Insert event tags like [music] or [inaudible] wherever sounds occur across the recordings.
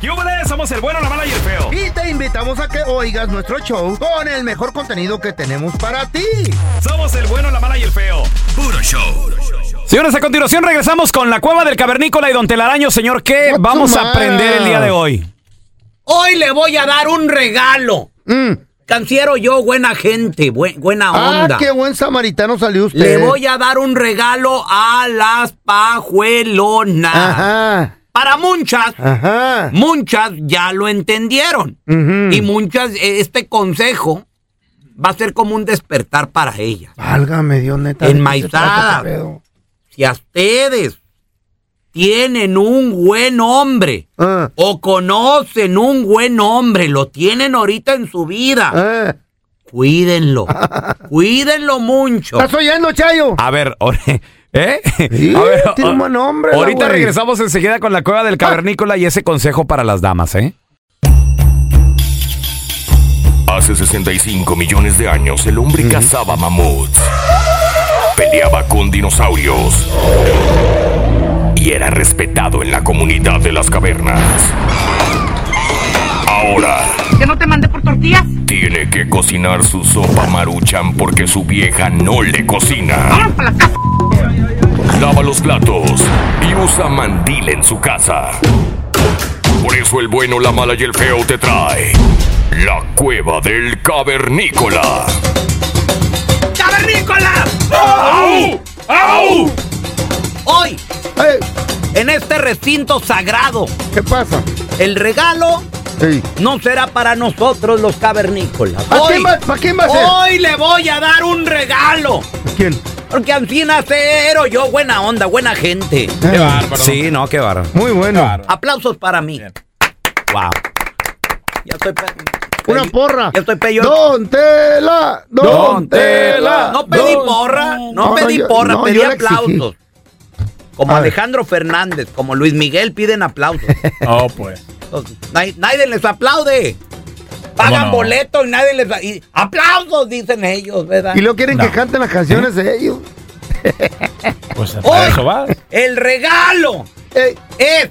¡Yúbales! Somos el bueno, la mala y el feo. Y te invitamos a que oigas nuestro show con el mejor contenido que tenemos para ti. Somos el bueno, la mala y el feo. Puro show. Señores, a continuación regresamos con la cueva del cavernícola y don Telaraño, señor, ¿qué What's vamos the a aprender el día de hoy? Hoy le voy a dar un regalo. Canciero yo, buena gente, buen- buena Mm. Ah, onda. qué buen samaritano salió usted. le voy a dar un regalo a las pajuelonas. Ajá, Ah. Para muchas, ajá. muchas ya lo entendieron. Y muchas, eh, este consejo va a ser como un despertar para ellas. Válgame Dios, neta. ¿de Enmaizada. qué se trata este pedo? Si a ustedes tienen un buen hombre Ah. o conocen un buen hombre, lo tienen ahorita en su vida. Eh, Cuídenlo. Cuídenlo mucho. ¿Estás oyendo, Chayo? A ver, [laughs] or- ¿eh? Sí, a ver, tiene un o- buen nombre. la ahorita güey. Ah. regresamos enseguida con la cueva del cavernícola y ese consejo para las damas, ¿eh? Hace 65 millones de años el hombre cazaba mamuts, peleaba con dinosaurios y era respetado en la comunidad de las cavernas. Ahora ¿Que no te mandé por tortillas? tiene que cocinar su sopa maruchan porque su vieja no le cocina. ¡Vámonos para las casas! Lava los platos y usa mandil en su casa. Por eso el bueno, la mala y el feo te trae la cueva del cavernícola. ¡Cavernícolas! ¡Au! ¡Au! Hoy, Eh, en este recinto sagrado, ¿Qué pasa? el regalo Ey. no será para nosotros los cavernícolas. ¿Para Hoy, quién va- para quién va a ser? hoy le voy a dar un regalo. ¿Quién? Porque Ancina cero, yo buena onda, buena gente. Eh, Sí, no, qué bárbaro. Muy bueno. Aplausos para mí. Wow. Ya estoy pe- Una pe- porra. Ya estoy peor. Don Tela, Don, Don Tela. No pedí Don- porra, no, pedí yo- porra, no, pedí yo le exigí. aplausos. Como A ver. Alejandro Fernández, como Luis Miguel piden aplausos. Oh, pues. Entonces, nadie, nadie les aplaude. Pagan no? boletos y nadie les y aplausos dicen ellos, ¿verdad? Y luego quieren que canten las ¿Eh? canciones de ellos. Pues Hoy, para eso va. el regalo Ey, es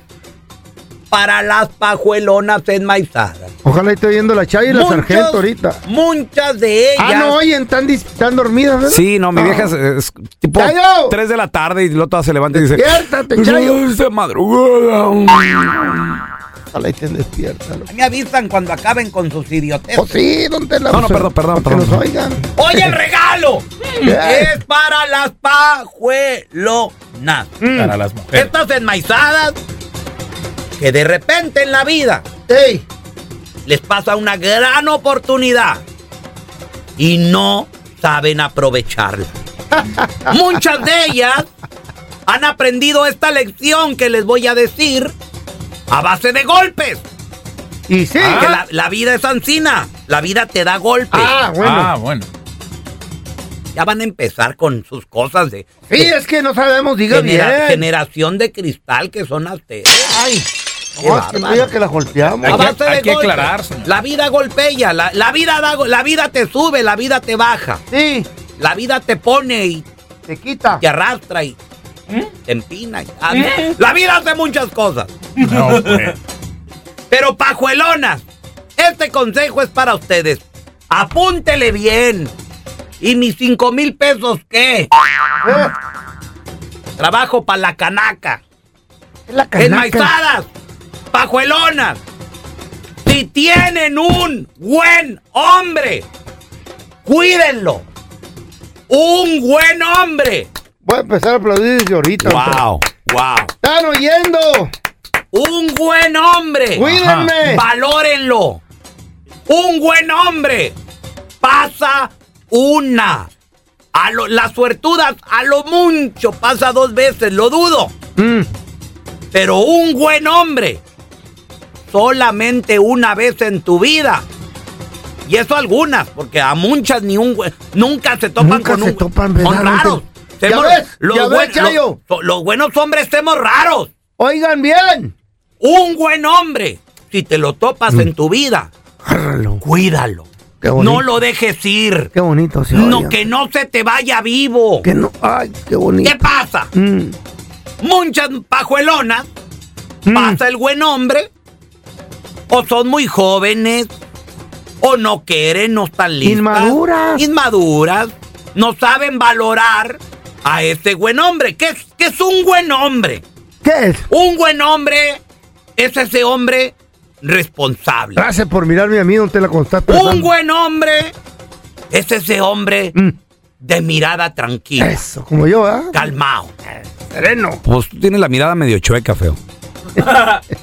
para las pajuelonas enmaizadas. ojalá esté oyendo la Chayo y la sargento ahorita. muchas de ellas. Ah, no oyen, están, dis- están dormidas, ¿verdad? Sí, no, mi vieja es, es tipo ¡Chayo! 3 de la tarde y luego toda se levanta y dice... Despiértate, Chayo. "Ay, se madruga". Ojalá estén despiertas. loco. Me avisan cuando acaben con sus idioteces. Oh, sí, Don Tela. No, no, pues, perdón, perdón, para Que perdón. nos oigan. Hoy el regalo es para las pajuelonas. Para las mujeres. Estas enmaizadas que de repente en la vida les pasa una gran oportunidad y no saben aprovecharla. Muchas de ellas han aprendido esta lección que les voy a decir a base de golpes. Y sí. Que la, la vida es ancina, la vida te da golpes. Ah, bueno. Ah, bueno. Ya van a empezar con sus cosas de, Sí, es que no sabemos, diga genera- bien. generación de cristal que son a ustedes. Ay, Qué no, es que bárbaro. no diga que la golpeamos. Hay A que- base de hay que golpes. aclarar, señor. La vida golpea, la, la vida da go- la vida te sube, la vida te baja, Sí, la vida te pone y te quita. te arrastra y te empina. y- ah, La vida hace muchas cosas, No, pues. pero pajuelonas, este consejo es para ustedes. Apúntele bien. ¿Y mis cinco mil pesos qué? Eh, Trabajo para la canaca. es la canaca. enmaizadas, pajuelonas. Si tienen un buen hombre, cuídenlo. Un buen hombre. Voy a empezar a aplaudir desde ahorita. wow. ¡Están oyendo! Un buen hombre. ¡Cuídenme! Valórenlo. Un buen hombre pasa una. A lo- las suertudas a lo mucho pasa dos veces, lo dudo. Mm, Pero un buen hombre, solamente una vez en tu vida. Y eso algunas, porque a muchas ni un güe- nunca se topan Nunca con se un topan, son ¿verdad? raros. Ya Semos- ves, ya ves, buen- Chayo. los- los buenos hombres somos raros. Oigan bien. Un buen hombre, si te lo topas en tu vida, Agárralo. cuídalo. Mm. Qué bonito. No lo dejes ir. Qué bonito se No, oye. que no se te vaya vivo. Que no. Ay, qué bonito. ¿Qué pasa? Mm, Muchas pajuelonas mm. pasa el buen hombre, o son muy jóvenes, o no quieren, no están listas. Inmaduras. Inmaduras. No saben valorar a este buen hombre. ¿Qué es, qué es un buen hombre? ¿Qué es? Un buen hombre es ese hombre responsable. Gracias por mirarme a mí donde la constaste. Un buen hombre es ese hombre de mirada tranquila, Eso, como yo, ¿ah? calmado. Sereno. Pues tú tienes la mirada medio chueca, feo.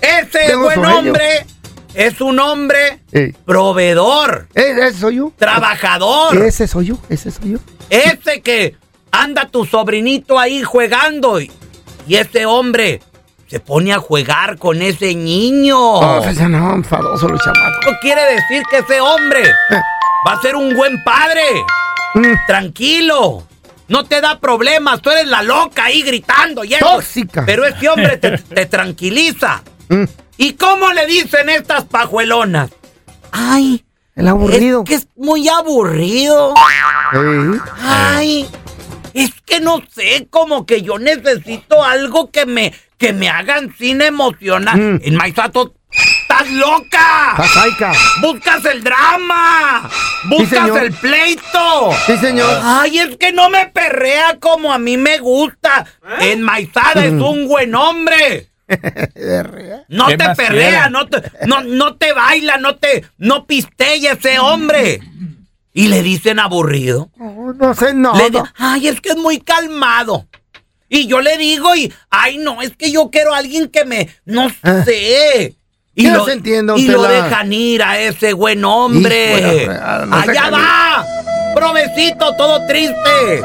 Ese Tengo buen sueño. hombre es un hombre Ey. Eh. proveedor. Eh, ese soy yo. trabajador. Ese soy yo, ese soy yo. Ese que anda tu sobrinito ahí jugando y, y ese hombre se pone a jugar con ese niño. Oh, pues ya no, enfadoso los chamacos. Esto quiere decir que ese hombre Eh. va a ser un buen padre. Mm, Tranquilo. No te da problemas. Tú eres la loca ahí gritando. Y eso. Tóxica. Pero ese hombre te, te tranquiliza. mm, ¿Y cómo le dicen estas pajuelonas? Ay, el aburrido. es que es muy aburrido. Ey. Ay, es que no sé, como que yo necesito algo que me, que me hagan sin emocionar. Mm. En Maizato, ¡estás loca! Pasaica. ¡Buscas el drama! ¡Buscas señor. el pleito! Sí, señor. Ay, es que no me perrea como a mí me gusta. ¿Eh? En Maizada es un buen hombre. [laughs] No ¿Qué te más perrea, quiera? no te, no, no te baila, no te, no pistella ese hombre. Y le dicen aburrido. Oh, no sé, no. Le di- no. ay, es que es muy calmado. Y yo le digo, y, ay, no, es que yo quiero a alguien que me, no Ah. sé. Y Ya lo, se entiende, y usted lo la- dejan ir a ese buen Hijo de hombre. la fregada, no se Allá cambie. va, provecito, todo triste.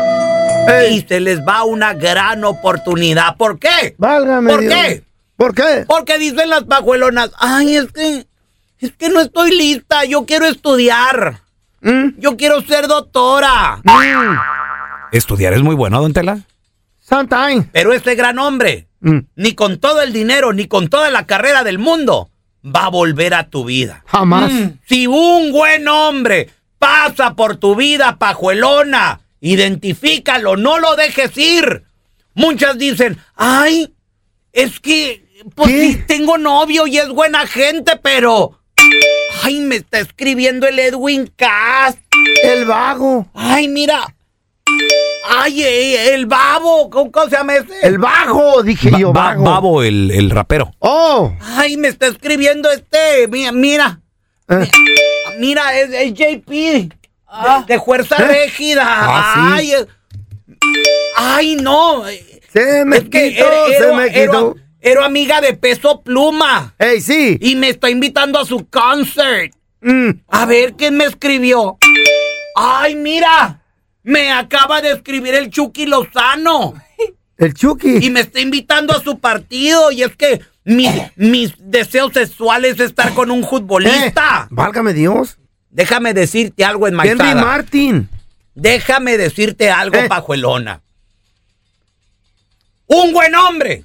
Y se les va una gran oportunidad. ¿Por qué? Válgame. ¿Por Dios. qué? ¿Por qué? Porque dicen las pajuelonas, ay, es que, es que no estoy lista, yo quiero estudiar, Mm, yo quiero ser doctora. mm, Estudiar es muy bueno, don Tela. sometime. Pero este gran hombre, Mm, ni con todo el dinero, ni con toda la carrera del mundo, va a volver a tu vida. Mm. jamás. Si un buen hombre pasa por tu vida, pajuelona, identifícalo, no lo dejes ir. Muchas dicen, ay, es que, pues ¿Qué? sí, tengo novio y es buena gente, pero... Ay, me está escribiendo el Edwin Cast. El vago. Ay, mira. Ay, eh, el babo. ¿Cómo cómo se llama ese? El vago, dije yo, vago. Babo, el, el rapero. Oh. Ay, me está escribiendo este. Mira, mira, eh, mira, es, es JP. de- de, Fuerza ¿Eh? Régida. Ah, sí. Ay, eh, ay, no. eh, se me es que quitó, se era- era- me era- quitó. Era, era amiga de Peso Pluma. ¡Ey, sí! Y me está invitando a su concert. Mm. A ver quién me escribió. ¡Ay, mira! Me acaba de escribir el Chucky Lozano. El Chucky. Eh, Y me está invitando a su partido. Y es que mi- mis deseos sexuales es estar con un futbolista. Eh, válgame Dios. Déjame decirte algo, Henry enmaizada. Martin. Déjame decirte algo, Eh. pajuelona. Un buen hombre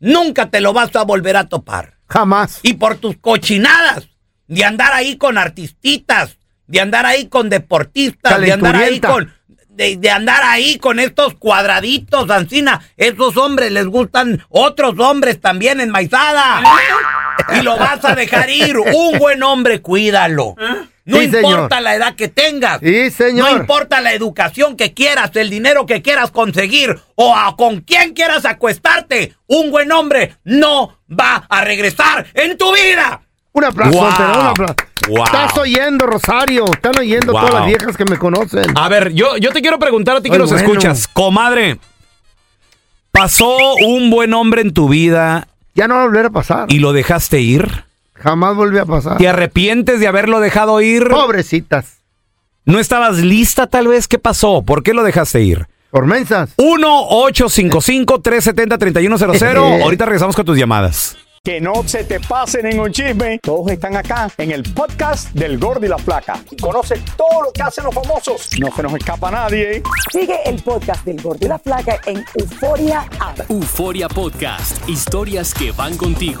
nunca te lo vas a volver a topar. Jamás. Y por tus cochinadas de andar ahí con artistitas, de andar ahí con deportistas, de andar ahí Calenturienta. con de, de andar ahí con estos cuadraditos, Ancina, esos hombres les gustan otros hombres también en Maizada. Y lo vas a dejar ir. Un buen hombre, cuídalo. No Ah. Sí, señor. importa la edad que tengas. Sí, señor. No importa la educación que quieras, el dinero que quieras conseguir o a- con quién quieras acuestarte, un buen hombre no va a regresar en tu vida. Un aplauso, Wow. pero un aplauso. Wow. Estás oyendo, Rosario. Están oyendo Wow. todas las viejas que me conocen. A ver, yo, yo te quiero preguntar a ti que Ay, nos bueno. escuchas. Comadre, ¿pasó un buen hombre en tu vida Ya no va a volver a pasar. y lo dejaste ir? Jamás volví a pasar. ¿Te arrepientes de haberlo dejado ir? Pobrecitas. ¿No estabas lista tal vez? ¿Qué pasó? ¿Por qué lo dejaste ir? Por mensas. 1-855-370-3100. Ahorita regresamos con tus llamadas. Que no se te pase ningún chisme. Todos están acá en el podcast del Gordi y la Flaca. Y conoce todo lo que hacen los famosos. No se nos escapa nadie. Sigue el podcast del Gordo y la Flaca en Euforia App. Euforia Podcast, historias que van contigo.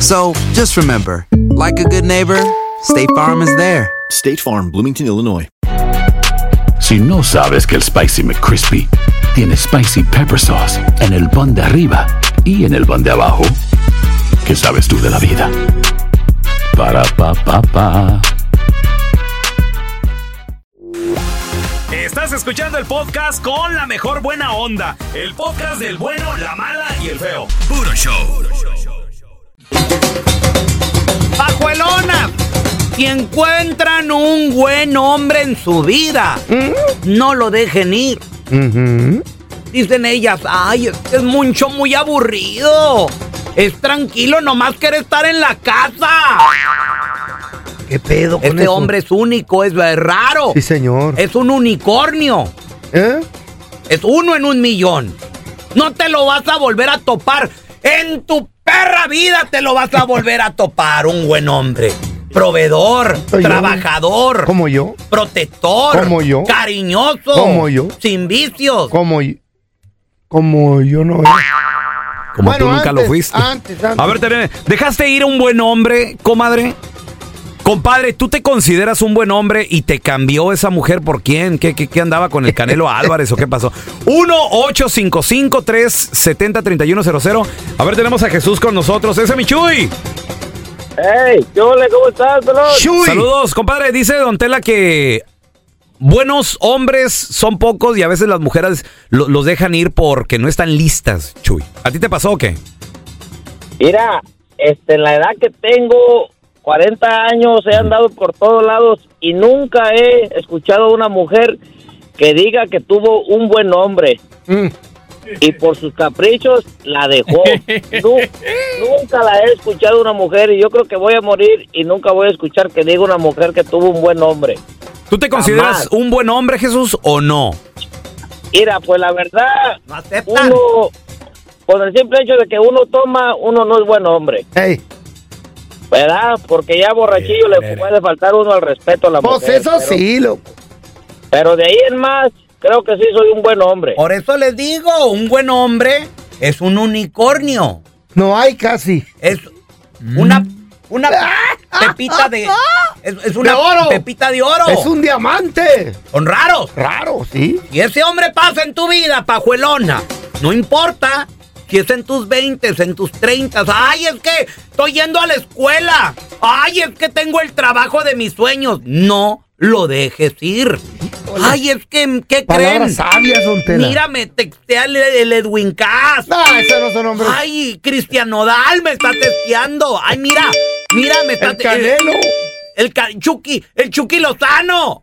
So just remember, like a good neighbor, State Farm is there. State Farm, Bloomington, Illinois. Si no sabes que el Spicy McCrispy tiene Spicy Pepper Sauce en el pan de arriba y en el pan de abajo, ¿qué sabes tú de la vida? Para, pa, pa, pa. Estás escuchando el podcast con la mejor buena onda. El podcast del bueno, la mala y el feo. Puro show. Pajuelona, si encuentran un buen hombre en su vida, no lo dejen ir. Dicen ellas, ay, es que es mucho muy aburrido. Es tranquilo, nomás quiere estar en la casa. Uh, ¿Qué pedo con Este eso? hombre es único, es eh, raro. Sí, señor. Es un unicornio. ¿Eh? Es uno en un millón. No te lo vas a volver a topar. En tu perra vida te lo vas a volver a topar. Un buen hombre. Proveedor, Soy yo. trabajador, Como yo. protector, Como yo. cariñoso, Como yo. sin vicios. Como yo. Como yo no era. Como Bueno, tú nunca lo antes, fuiste. antes, antes. A ver, Tere, ¿dejaste ir a un buen hombre, comadre? Compadre, ¿tú te consideras un buen hombre y te cambió esa mujer por quién? ¿Qué, qué- qué andaba con el Canelo Álvarez o qué pasó? 1-855-370-3100. A ver, tenemos a Jesús con nosotros. Ese es mi Chuy. ¡Hey! ¿Qué ole? ¿Cómo estás, pelón? Chuy. Saludos, compadre. Dice Don Tela que buenos hombres son pocos y a veces las mujeres lo- los dejan ir porque no están listas, Chuy. ¿A ti te pasó o qué? Mira, este, en la edad que tengo, 40 años, he andado por todos lados y nunca he escuchado a una mujer que diga que tuvo un buen hombre Mm. y por sus caprichos la dejó. Nu- nunca la he escuchado una mujer y yo creo que voy a morir y nunca voy a escuchar que diga una mujer que tuvo un buen hombre. ¿Tú te consideras Jamás. un buen hombre, Jesús, o no? Mira, pues la verdad, No aceptan. pues uno, por el simple hecho de que uno toma, uno no es buen hombre. Ey, ¿Verdad? Porque ya borrachillo le puede faltar uno al respeto a la Pues mujer. eso pero- sí, loco. Pero de ahí en más, creo que sí soy un buen hombre. Por eso les digo, un buen hombre es un unicornio. No hay casi. Es Mm. una una Ah, pepita de es, es una De oro. pepita de oro. [laughs] Es un diamante. Son raros. Raros, sí. Y ese hombre pasa en tu vida, pajuelona. No importa si es en tus 20, en tus 30. Ay, es que estoy yendo a la escuela. Ay, es que tengo el trabajo de mis sueños. No lo dejes ir. Ay, es que, ¿qué Palabras creen? sabias, don Tela. Mira, me textea el, el Edwin Cass. No, esos no son hombres. Ay, Cristian Nodal me está testeando. Ay, mira, mira, me está El Canelo. El, Ca- Chucky, el Chucky Lozano.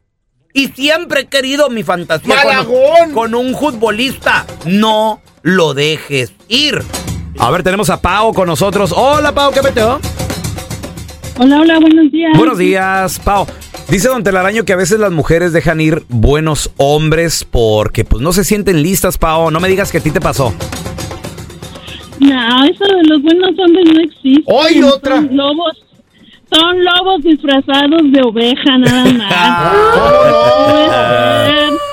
Y siempre he querido mi fantasía con, con un futbolista. No lo dejes ir. A ver, tenemos a Pau con nosotros. Hola, Pau, ¿qué peteo? Hola, hola, buenos días. Buenos días, Pau. Dice Don Telaraño que a veces las mujeres dejan ir buenos hombres porque pues no se sienten listas, Pau. No me digas que a ti te pasó. No, eso de los buenos hombres no existe. ¡Ay, otra! Son lobos. Son lobos disfrazados de [laughs] oveja, nada más. Ah.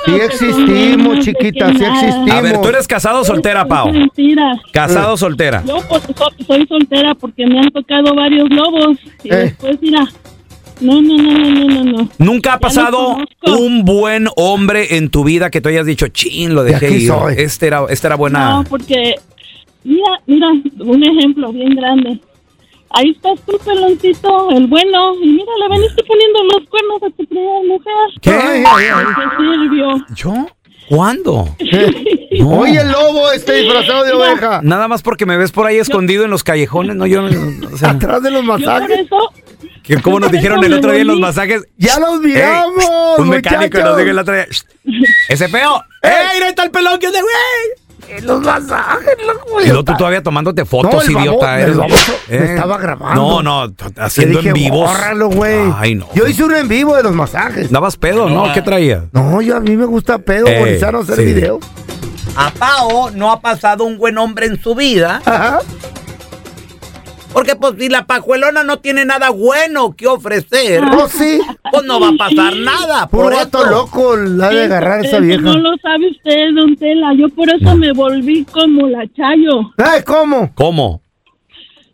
Sí existimos, chiquita, sí existimos. A ver, ¿tú eres casado o soltera, Pau? Mentira. Casado o soltera. Yo pues, so- soy soltera porque me han tocado varios lobos. Y Eh. después, mira. No, no, no, no, no, no, no. ¿Nunca ha pasado un buen hombre en tu vida que tú hayas dicho, chin, lo dejé ir? Este era, este era buena. No, porque, mira, mira, un ejemplo bien grande. Ahí estás tú, peloncito, el bueno, y mira, le veniste poniendo los cuernos a tu primera mujer. ¿Qué? Ay, ay, ay. ¿Qué sirvió? ¿Yo? ¿Cuándo? No. Oye, el lobo este disfrazado de Mira. [laughs] oveja. Nada más porque me ves por ahí escondido en los callejones, ¿no? Yo, o [laughs] sea, Atrás de los Yo por masajes. eso, que como nos Por eso dijeron el me otro día en los volví. masajes. ¡Ya los ¡Ey! miramos, Eh, un mecánico muchachos! nos dijo el otro día. "Shh, ¡Ese [laughs] feo! ¡Ey, mira, está el pelón que es de güey! Eh, Los masajes, loco. Y luego tú todavía tomándote No, fotos, el baboso, idiota. eres. el baboso me Eh, estaba grabando. No, no, t- Que haciendo dije, en vivos. bórralo, güey. Ay, no. Yo hice uno en vivo de los masajes. Dabas pedo, ¿no? ¿Qué traía? No, yo a mí me gusta pedo, Eh, bonizar, no hacer sí. video. [laughs] A Pao no ha pasado un buen hombre en su vida. Porque pues si la pajuelona no tiene nada bueno que ofrecer, No, Oh, sí. pues no va a pasar nada. pues. Puro por gato eso. loco la de agarrar esa eso vieja. No lo sabe usted, don Tela. Yo por eso me volví como la Chayo, Ay, ¿cómo? ¿Cómo?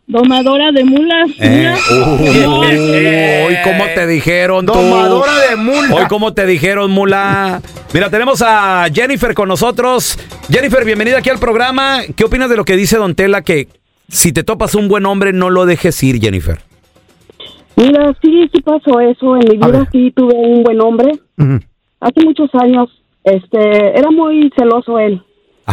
domadora de mulas. [laughs] Eh, Mira, uh, uy, uy, ¿cómo te dijeron tú? Domadora de mula. Hoy, ¿cómo te dijeron, mula? Mira, tenemos a Jennifer con nosotros. Jennifer, bienvenida aquí al programa. ¿Qué opinas de lo que dice Don Tela? Que si te topas un buen hombre, no lo dejes ir, Jennifer. Mira, sí, sí pasó eso. En mi vida sí tuve un buen hombre. Hace muchos años, este, era muy celoso él,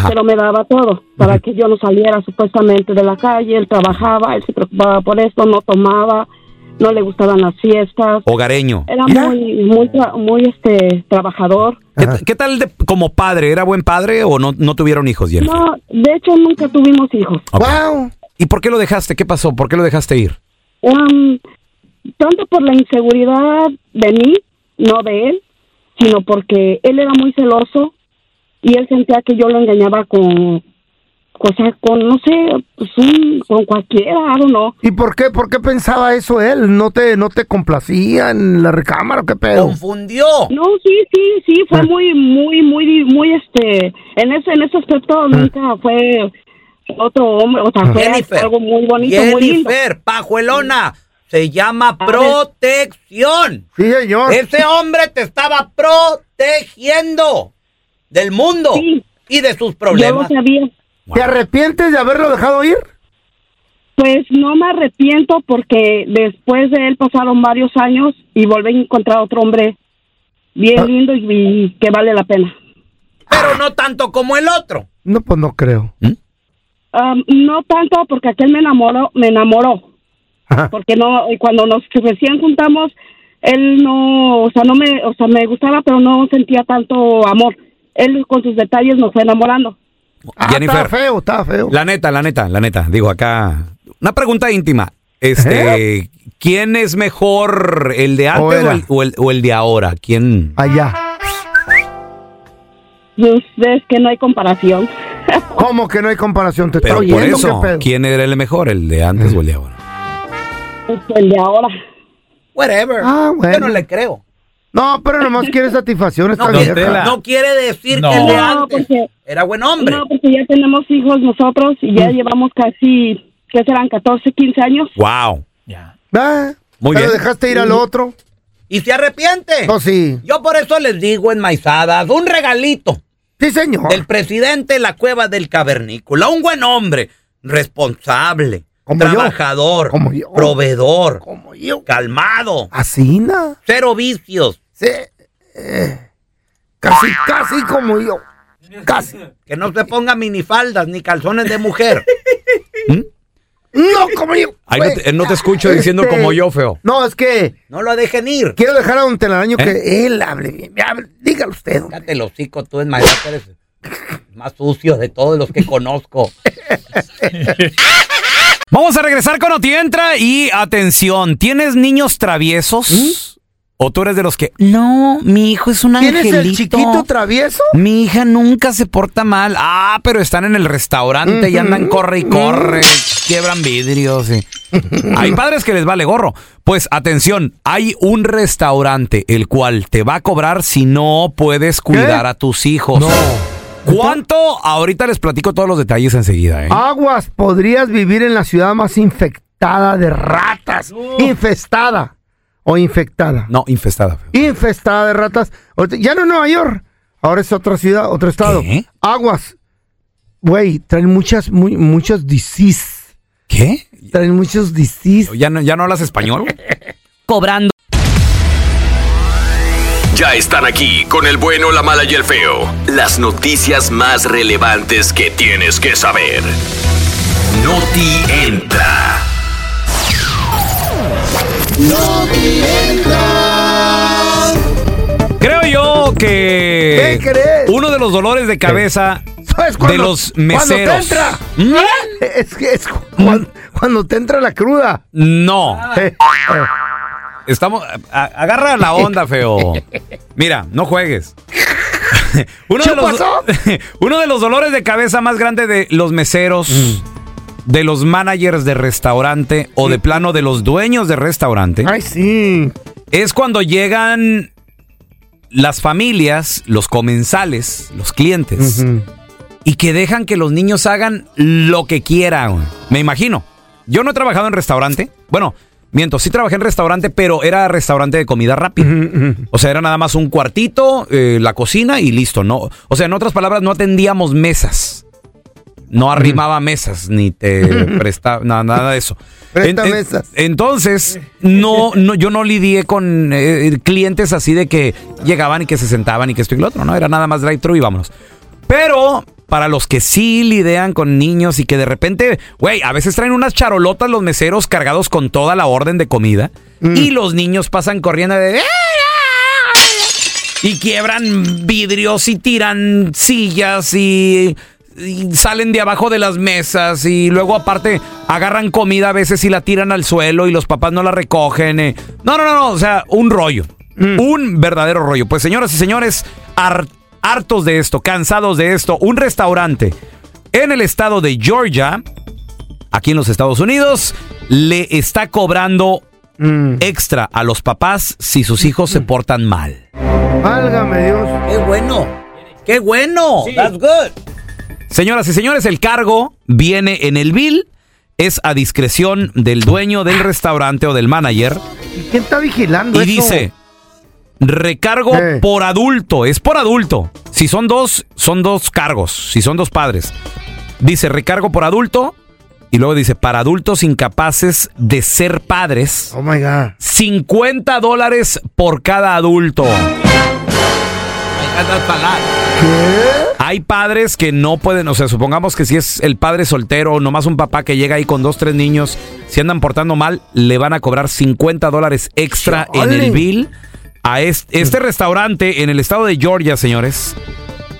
pero me daba todo para que yo no saliera supuestamente de la calle. Él trabajaba, él se preocupaba por esto, no tomaba, no le gustaban las fiestas. Hogareño. Era muy, muy, tra- muy, este, trabajador. ¿Qué, qué tal de- como padre? ¿Era buen padre o no, no tuvieron hijos, Jennifer? No, de hecho nunca tuvimos hijos. Ok. ¿Y por qué lo dejaste? ¿Qué pasó? ¿Por qué lo dejaste ir? Um, tanto por la inseguridad de mí, no de él, sino porque él era muy celoso y él sentía que yo lo engañaba con cosas, con no sé, pues, un- con cualquiera, I don't know. ¿Y por qué? ¿Por qué pensaba eso él? ¿No te, no te complacía en la recámara o qué pedo? Confundió. No, sí, sí, sí, Ah. fue muy, muy, muy, muy, este, en ese, en ese Ah. aspecto nunca fue otro hombre, o sea, fue Jennifer. algo muy bonito, muy lindo. Jennifer, pajuelona, se llama protección. Sí, señor. Eh, Ese hombre te estaba protegiendo del mundo y de sus problemas. Yo lo sabía. ¿Te arrepientes de haberlo dejado ir? Pues no me arrepiento porque después de él pasaron varios años y volví a encontrar otro hombre bien lindo y, y que vale la pena. Pero no tanto como el otro. No, pues no creo. Am, no tanto porque aquel me enamoró, me enamoró. Porque no y cuando nos recién juntamos él no, o sea, no me, o sea, me gustaba, pero no sentía tanto amor. Él con sus detalles nos fue enamorando. Jennifer. Está Ah, feo, está feo. La neta, la neta, la neta. Digo, acá. Una pregunta íntima. Este, ¿quién es mejor, el de ¿Eh? ¿O antes o era? el, o el- o el de ahora? ¿Quién? Allá. Y ustedes que no hay comparación. [laughs] ¿Cómo que no hay comparación? ¿Te está Pero por oyendo eso, qué pedo? ¿quién era el mejor, el de antes o el de ahora? Este, el de ahora. Whatever. Ah, bueno. Yo no le creo. No, pero nomás quiere satisfacción esta No, que- vieja. no quiere decir No. que el de No, antes era buen hombre. No, porque ya tenemos hijos nosotros y ya llevamos casi, ¿qué serán? 14, 15 años. Wow. Muy pero bien. Ah, dejaste ir al otro. ¿Y se arrepiente? No, sí. Yo por eso les digo en Maizadas, un regalito. Sí, señor. Del presidente de la cueva del cavernícola. Un buen hombre, responsable, trabajador, proveedor, calmado, Asina. Eh, cero vicios. casi, casi como yo. Casi. Que no se ponga minifaldas ni calzones de mujer. No, como yo. Ahí no te, eh, no te escucho Este- diciendo como yo, feo. No, es que. No lo dejen ir. Quiero dejar a don Telaraño ¿Eh? que él hable bien. hable- Dígalo usted. don- Cállate el hocico, tú en Maizadas eres el más sucio de todos los que conozco. Vamos a regresar con Otientra y atención, ¿tienes niños traviesos? ¿O tú eres de los que... No, mi hijo ¿Mm? es un ¿Tienes angelito. el chiquito travieso? Mi hija nunca se porta mal. Ah, pero están en el restaurante y andan corre y corre. Quiebran vidrios. y- Hay padres que les vale gorro. Pues atención, hay un restaurante el cual te va a cobrar si no puedes cuidar a tus hijos. ¿Cuánto? Ahorita les platico todos los detalles enseguida, ¿eh? Aguas, podrías vivir en la ciudad más infectada de ratas. Infestada. O infectada. No, infestada. feo. Infestada de ratas. Ahorita- Ya no Nueva York. Ahora es otra ciudad, otro estado. Aguas. Güey, traen muchas, muy, muchos disease. ¿Qué? Traen muchos disease. ¿Ya no, ya no hablas español? Cobrando. Ya están aquí con el bueno, la mala y el feo. Las noticias más relevantes que tienes que saber. Noti entra. Creo yo que uno de los dolores de cabeza ¿Sabes de cuándo? los Cuando te meseros. entra. ¿Eh? Es que es cu- cuan- cuando te entra la cruda. Eh, No. Estamos. a- agarra la onda, feo. Mira, no juegues. Uno de, los, [laughs] uno de los dolores de cabeza más grandes de los meseros, de los managers de restaurante o de plano de los dueños de restaurante. Ay, sí. Es cuando llegan las familias, los comensales, los clientes, y que dejan que los niños hagan lo que quieran. güey. Me imagino. Yo no he trabajado en restaurante. Bueno, miento, sí trabajé en restaurante, pero era restaurante de comida rápida. O sea, era nada más un cuartito, eh, la cocina y listo. No, o sea, en otras palabras, no atendíamos mesas. No arrimaba mesas ni te prestaba nada, de eso. Presta mesas. Entonces, no, no, yo no lidié con eh, clientes así de que llegaban y que se sentaban y que esto y lo otro, ¿no? Era nada más drive-thru y vámonos. Pero para los que sí lidian con niños y que de repente, güey, a veces traen unas charolotas los meseros cargados con toda la orden de comida y los niños pasan corriendo de... "Eh, Y quiebran vidrios y tiran sillas y, y salen de abajo de las mesas y luego aparte agarran comida a veces y la tiran al suelo y los papás no la recogen. eh. No, no, no, no, o sea, un rollo. Un verdadero rollo. Pues señoras y señores, har- hartos de esto, cansados de esto, un restaurante en el estado de Georgia aquí en los Estados Unidos le está cobrando extra a los papás si sus hijos se portan mal. Válgame Dios. Qué bueno. Qué bueno. That's good. Señoras y señores, el cargo viene en el bill, es a discreción del dueño del restaurante o del manager ¿Y quién está vigilando y eso? dice recargo por adulto, es por adulto. Si son dos, son dos cargos, si son dos padres. Dice recargo por adulto y luego dice para adultos incapaces de ser padres. Oh my God. 50 dólares por cada adulto. Hay padres que no pueden, o sea, supongamos que si es el padre soltero, nomás un papá que llega ahí con dos, tres niños, si andan portando mal, le van a cobrar 50 dólares extra en Chale. el bill. A este, este restaurante en el estado de Georgia, señores.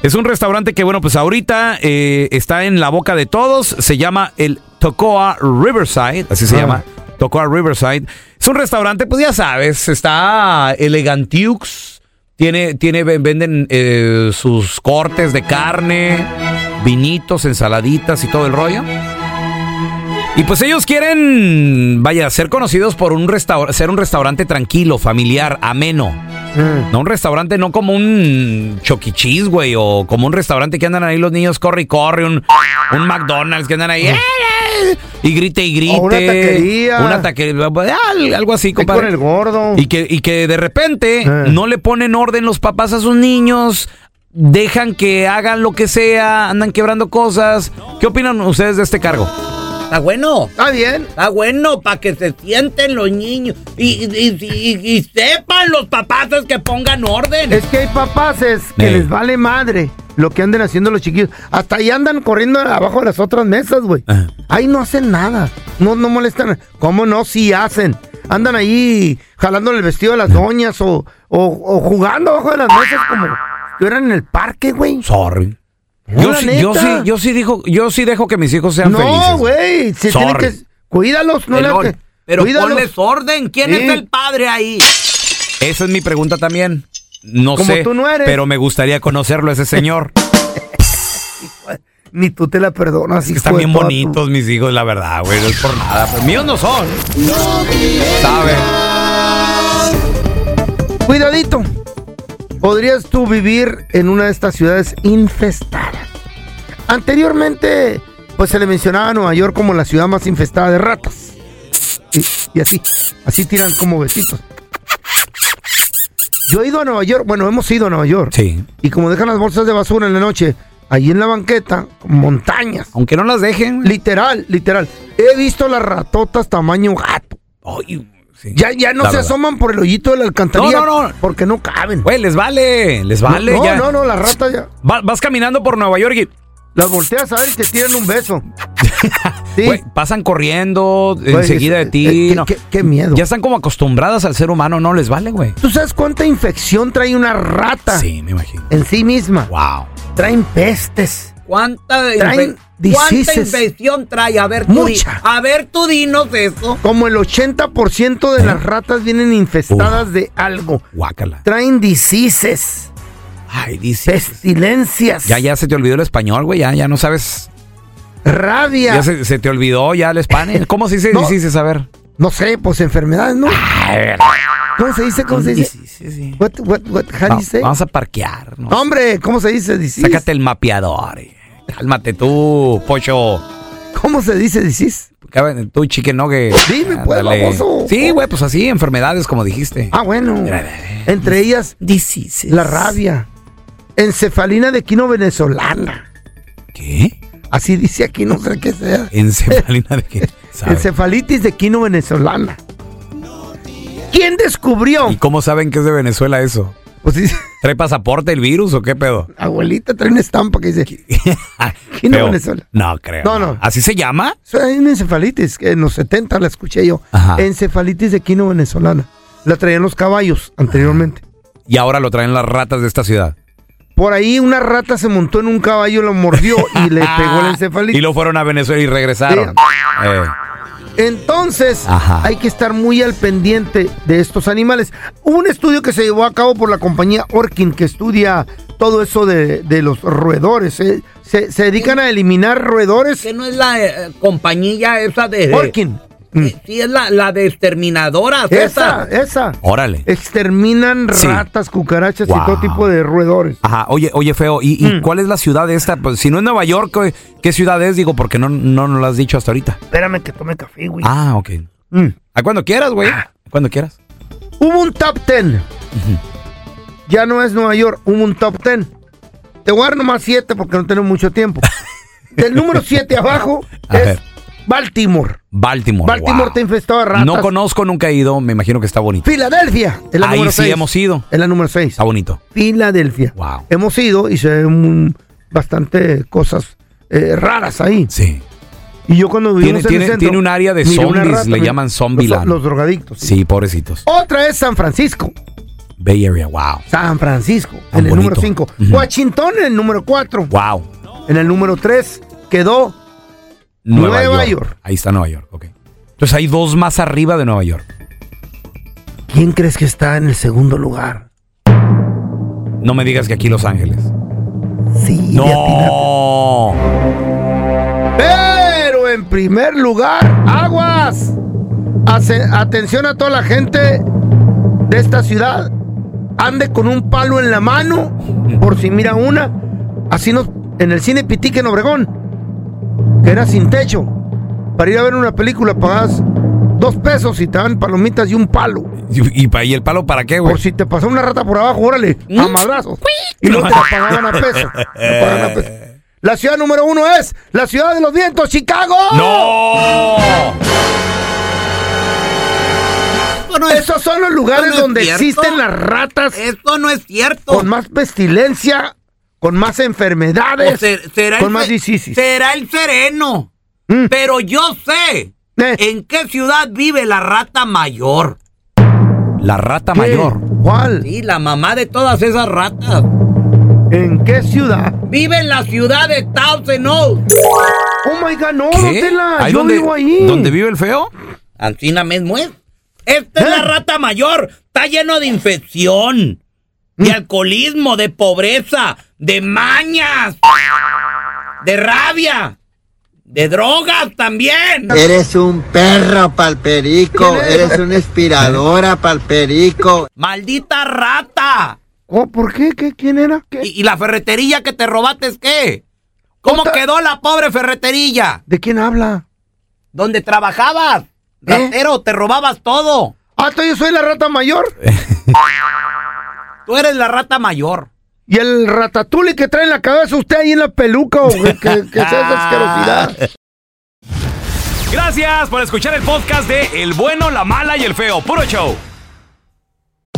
Es un restaurante que, bueno, pues ahorita eh, está en la boca de todos. Se llama el Tocoa Riverside, así se Ah. llama. Tocoa Riverside. Es un restaurante, pues ya sabes, está elegantiux. Tiene, tiene, ven- venden eh, sus cortes de carne, vinitos, ensaladitas y todo el rollo. Y pues ellos quieren, vaya, ser conocidos por un restaurante, ser un restaurante tranquilo, familiar, ameno. Mm. No un restaurante, no como un choquichis, güey, o como un restaurante que andan ahí los niños corre y corre, un, un McDonald's que andan ahí. ¡eh, eh! Y grite y grite. Mm. O una taquería. Una taquería. al- Algo así, compadre. con el gordo. Y que, y que de repente Ah. no le ponen orden los papás a sus niños, dejan que hagan lo que sea, andan quebrando cosas. ¿Qué opinan ustedes de este cargo? Está bueno. Está bien. Está bueno para que se sienten los niños y, y- y- y- y sepan los papaces que pongan orden. Es que hay papaces que les vale madre lo que anden haciendo los chiquillos. Hasta ahí andan corriendo abajo de las otras mesas, güey. Ahí no hacen nada. No, no molestan. ¿Cómo no? Sí hacen. Andan ahí jalando el vestido de las doñas o, o- o jugando abajo de las mesas como que eran en el parque, güey. Sorry. No, Yo la sí, neta. yo sí, yo sí dijo, yo sí dejo que mis hijos sean felices. No, güey. Se tienen Sorry. que... Cuídalos, no Pelón, le- Pero cuídalos. ponles orden. ¿Quién Sí. es el padre ahí? Esa es mi pregunta también. No Como sé, tú no eres. pero me gustaría conocerlo a [laughs] ese señor. Ni tú te la perdonas, hijo Están de bien toda bonitos mis hijos, la verdad, güey. No es por nada. pero míos no son. ¿Sabe? tu- Cuidadito. Podrías tú vivir en una de estas ciudades infestadas. Anteriormente, pues se le mencionaba a Nueva York como la ciudad más infestada de ratas. Y, y así, así tiran como besitos. Yo he ido a Nueva York, bueno, hemos ido a Nueva York. Sí. Y como dejan las bolsas de basura en la noche, ahí en la banqueta, montañas. Aunque no las dejen. Literal, literal. He visto las ratotas tamaño gato. Ya, ya no La se verdad. asoman por el hoyito de la alcantarilla. No, no, Porque no caben. Güey, les vale, les vale. No, ya. no, no, las ratas ya. Va- vas caminando por Nueva York y Las volteas a ver y te tiran un [laughs] beso. güey, pasan corriendo Güey, enseguida es- de ti. eh, no. qué- miedo. Ya están como acostumbradas al ser humano, no les vale, güey. ¿Tú sabes cuánta infección trae una rata? Sí, me imagino. En sí misma. Wow. Traen pestes. ¿Cuánta, Traen inve- ¿Cuánta diseases. infección trae? A ver, tú di- Mucha. a ver, tú dinos eso. Como el 80% ¿Eh? de las ratas vienen infestadas de algo. Guácala. Traen diseases. Ay, dice. Pestilencias. Ya, ya se te olvidó el español, güey. Ya, ya no sabes. Rabia. Ya se, se te olvidó ya [laughs] el español. ¿Cómo se dice? No. Dices, a ver. No sé, pues enfermedades, ¿no? Ah. ¿Cómo se dice? ¿Cómo se dice? What, what, what, how do you Va- say? vamos a parquear. No, Hombre, ¿cómo se dice? Disease? Sácate el mapeador. eh. Cálmate tú, pocho. ¿Cómo se dice disease? Cabe- Tú, chicken nugget. Dime, pues, Ándale. baboso. Sí, güey, pues así, enfermedades, como dijiste. Ah, bueno. Entre ellas, la rabia. Encefalina de quino venezolana. ¿Qué? Así dice aquí, no sé qué sea. Encefalina [laughs] de qué. ¿Sabe? Encefalitis de quino venezolana. ¿Quién descubrió? ¿Y cómo saben que es de Venezuela eso? Pues sí. ¿Trae pasaporte el virus o qué pedo? [laughs] Abuelita trae una estampa que dice quino Feo. Venezuela. No, creo. No, no. ¿Así se llama? O sea, Hay una encefalitis, que en los 70 la escuché yo. Ajá. Encefalitis de quino venezolana. La traían los caballos anteriormente. Y ahora lo traen las ratas de esta ciudad. Por ahí una rata se montó en un caballo, lo mordió y le pegó la encefalitis. Ah, Y lo fueron a Venezuela y regresaron. Eh, Entonces, Ajá. hay que estar muy al pendiente de estos animales. Hubo un estudio que se llevó a cabo por la compañía Orkin, que estudia todo eso de, de los roedores. eh. Se, se dedican a eliminar roedores. Que no es la eh, compañía esa de. Orkin. Sí, es la, la de exterminadoras. Esa, esa. Órale. Exterminan Sí. Ah. ratas, cucarachas y Wow. todo tipo de roedores. Ajá, oye, oye, feo, ¿y, y Mm. cuál es la ciudad esta? Pues, si no es Nueva York, ¿qué- ¿qué ciudad es? Digo, porque no, no nos lo has dicho hasta ahorita. Espérame que tome café, güey. Ah. Ah, ok. Mm. A cuando quieras, güey. A Cuando quieras. Hubo un top 10. Ya no es Nueva York, hubo un top 10. Te voy a dar nomás 7 porque no tenemos mucho [laughs] tiempo. Del número 7 abajo A es ver. Baltimore. Baltimore. Baltimore Oh, wow. te infestó a ratas. No conozco, nunca he ido. Me imagino que está bonito. Filadelfia es la Ahí número sí 6. hemos ido. Es la número 6. Está bonito. Filadelfia. Wow. Hemos ido y se ven mm, bastante cosas eh, raras ahí. Sí. Y yo cuando vivimos Tiene, en tiene- el centro, tiene un área de miré una zombies, rata, le miré- llaman Zombieland. Los, los drogadictos. Sí, pobrecitos. Otra es San Francisco. Bay Area, wow. San Francisco, Tan en el bonito. número 5. Ujú. Washington en el número 4. Wow. En el número 3 quedó Nueva, Nueva York. York. Ahí está Nueva York, ok. Entonces hay dos más arriba de Nueva York. ¿Quién crees que está en el segundo lugar? No me digas que aquí Los Ángeles. Sí. No. Pero en primer lugar. ¡Aguas! Ace- atención a toda la gente de esta ciudad. Ande con un palo en la mano, por si mira una. Así nos. En el cine Pitique en Obregón, que era sin techo. Para ir a ver una película pagabas dos pesos y te dan palomitas y un palo. ¿Y, y pa- y el palo para qué, güey? Por si te pasó una rata por abajo, órale, a madrazos. Y no te la pagaban a peso. La ciudad número uno es la ciudad de los vientos, Chicago. ¡No! Esos son los lugares donde existen las ratas. Esto no es cierto. con más pestilencia, con más enfermedades, O ser- será con el más Mm. se- diseases. Será el sereno. Pero yo sé en qué ciudad vive la rata mayor. La rata mayor. ¿Cuál? Sí, la mamá de todas esas ratas. ¿En qué ciudad? Vive en la ciudad de Thousand Oaks. Oh my God, no, ¿Qué? Tela, ¿Ahí yo donde- vivo ahí. ¿Dónde vive el feo? Antina mismo es. Esta es ¿Eh? la rata mayor. Está lleno de infección, ¿Mm? de alcoholismo, de pobreza, de mañas, de rabia, de drogas también. Eres un perro palperico, eres una inspiradora palperico. ¡Maldita rata! Oh, ¿Por qué? ¿Qué? ¿Quién era? ¿Qué? ¿Y, y la ferretería que te robaste es qué? ¿Cómo quedó la pobre ferretería? ¿De quién habla? ¿Dónde trabajabas? Ratero, te robabas todo. Ah, ¿tú yo soy la rata mayor? Tú eres la rata mayor. Y el ratatuli que trae en la cabeza usted ahí en la peluca, o qué, qué- qué es esa asquerosidad. Gracias por escuchar el podcast de El bueno, la mala y el feo. Puro show.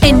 En